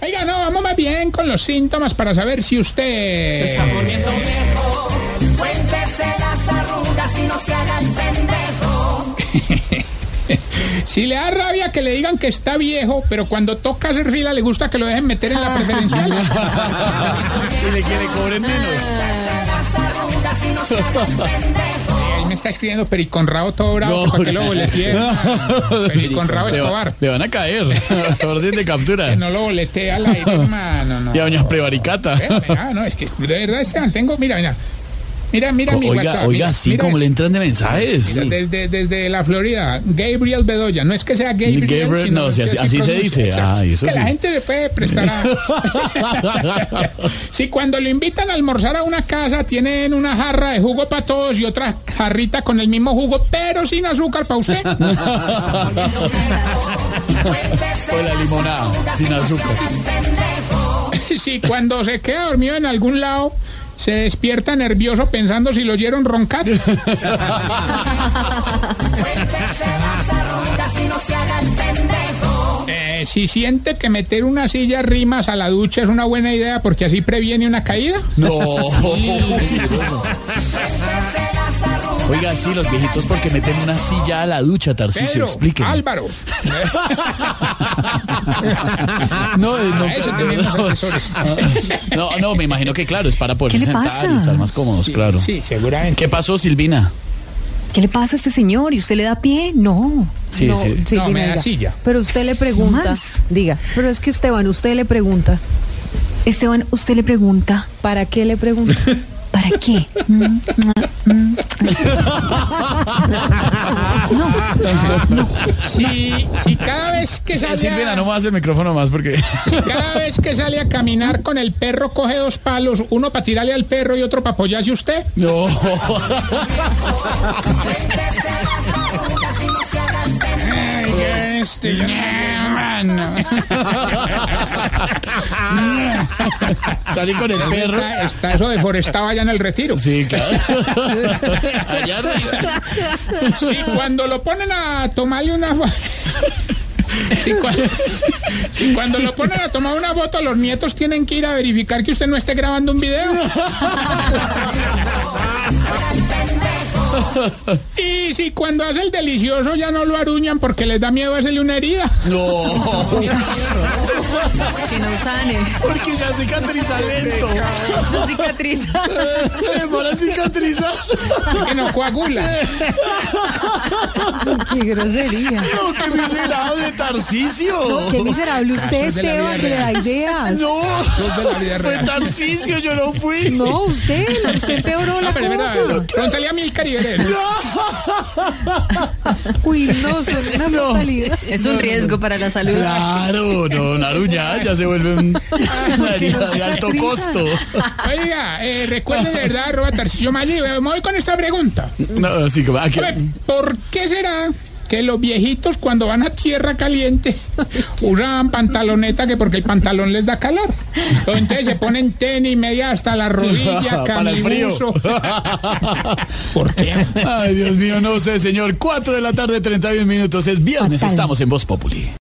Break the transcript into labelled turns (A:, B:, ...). A: Oiga, no, vamos más bien con los síntomas para saber si
B: Se
A: usted...
B: está poniendo viejo. Cuéntese las arrugas y no se haga el pendejo.
A: Si le da rabia que le digan que está viejo, pero cuando toca hacer fila le gusta que lo dejen meter en la preferencial.
C: Y le quiere cobren menos.
B: Cuéntese las arrugas y no se haga el pendejo.
A: Él me está escribiendo Periconrado todo bravo,
C: No,
A: para que lo boletee. Periconrado
C: Le va-
A: Escobar.
C: Le van a caer. Orden de captura.
A: Que no lo boletee al aire, hermano. No.
C: Y a doña Prevaricata.
A: Eh, mira, no, es que de verdad, Esteban, tengo, mira, mira. Mira, mira mi
C: Oiga,
A: WhatsApp.
C: oiga,
A: mira,
C: sí,
A: mira
C: como le
A: eso.
C: entran de mensajes.
A: Mira, desde, desde la Florida, Gabriel Bedoya. No es que sea Gabriel.
C: Gabriel,
A: sino
C: no,
A: es
C: si
A: que
C: así- así se
A: pronuncia,
C: dice.
A: exacto.
C: Ah, eso
A: que la
C: sí.
A: gente le puede prestar a... si cuando lo invitan a almorzar a una casa tienen una jarra de jugo para todos y otra jarrita con el mismo jugo, pero sin azúcar para usted.
B: Cuéntese
C: O la limonada, sin azúcar.
A: si cuando se queda dormido en algún lado, se despierta nervioso pensando si lo oyeron roncar.
B: Cuéntese las arrugas y no se haga el pendejo.
A: Eh, si siente que meter una silla rimas a la ducha es una buena idea porque así previene una caída.
C: No.
B: Cuéntese las arrugas.
C: Oiga, sí, los viejitos porque meten una silla a la ducha, Tarcisio,
A: Pedro,
C: explíquenme.
A: Álvaro.
C: No, eh, no,
A: Ah, eso tienen los asesores.
C: no, no, me imagino que claro, es para poder
D: ¿Qué le
C: sentar
D: pasa?
C: y estar más cómodos, claro.
A: Sí, seguramente.
C: ¿Qué pasó, Silvina?
D: ¿Qué le pasa a este señor? ¿Y usted le da pie? No.
C: Sí,
E: no,
C: sí.
E: sí,
A: No,
E: diga,
A: me da
E: diga.
A: silla.
E: Pero usted le pregunta,
D: Más.
E: diga, pero es que Esteban, usted le pregunta,
D: Esteban, usted le pregunta,
E: ¿para qué le pregunta?
D: ¿para qué? Mm, mm, mm.
A: Si, si cada vez que
C: Sí,
A: sale
C: Silvina,
A: a,
C: no me hace el micrófono más porque.
A: si cada vez que sale a caminar con el perro coge dos palos, uno para tirarle al perro y otro para apoyarse usted.
C: No.
B: Cuéntese las arrugas y no se haga el pendejo.
A: Ay, este, ya, hermano.
C: Salí con el perro.
A: Está, está eso deforestado allá en el retiro.
C: Sí, claro. Allá arriba.
A: Si cuando lo ponen a tomarle una foto. Si cuando, si cuando lo ponen a tomar una foto, los nietos tienen que ir a verificar que usted no esté grabando un video. Y si cuando hace el delicioso ya no lo aruñan porque les da miedo hacerle una herida.
C: No.
D: Que no sane,
C: Porque ya cicatriza lento.
D: no cicatriza.
C: Se demora cicatrizar.
A: Que no coagula.
E: qué grosería.
C: No, qué miserable, Tarcicio.
E: Qué miserable usted,
A: Casos de la
E: Esteban,
A: vida
E: que le da ideas.
C: No.
A: Eso es de la vida real.
C: Tarcicio, yo no fui.
E: No, usted, usted empeoró
A: No,
E: la
A: Ah, pero es verdad.
E: cosa.
A: Pregúntale a Milka Rivera.
E: Uy, no, son una brutalidad.
D: Es un riesgo para la salud.
C: Claro, no, Naruña ya se vuelve un, una herida de alto costo.
A: Oiga, eh, recuerde de verdad, arroba Tarcillo Maya, y me voy con esta pregunta.
C: No, sí, como, ah, que-
A: Hombre, ¿Por qué será que los viejitos cuando van a tierra caliente usan pantaloneta que porque el pantalón les da calor? Entonces se ponen tenis, media hasta la rodilla,
C: Para el frío.
A: camibuzo. ¿Por qué?
C: Ay, Dios mío, no sé, señor. 4 de la tarde, 31 minutos. Es viernes,
E: Fatal.
C: estamos en Voz Populi.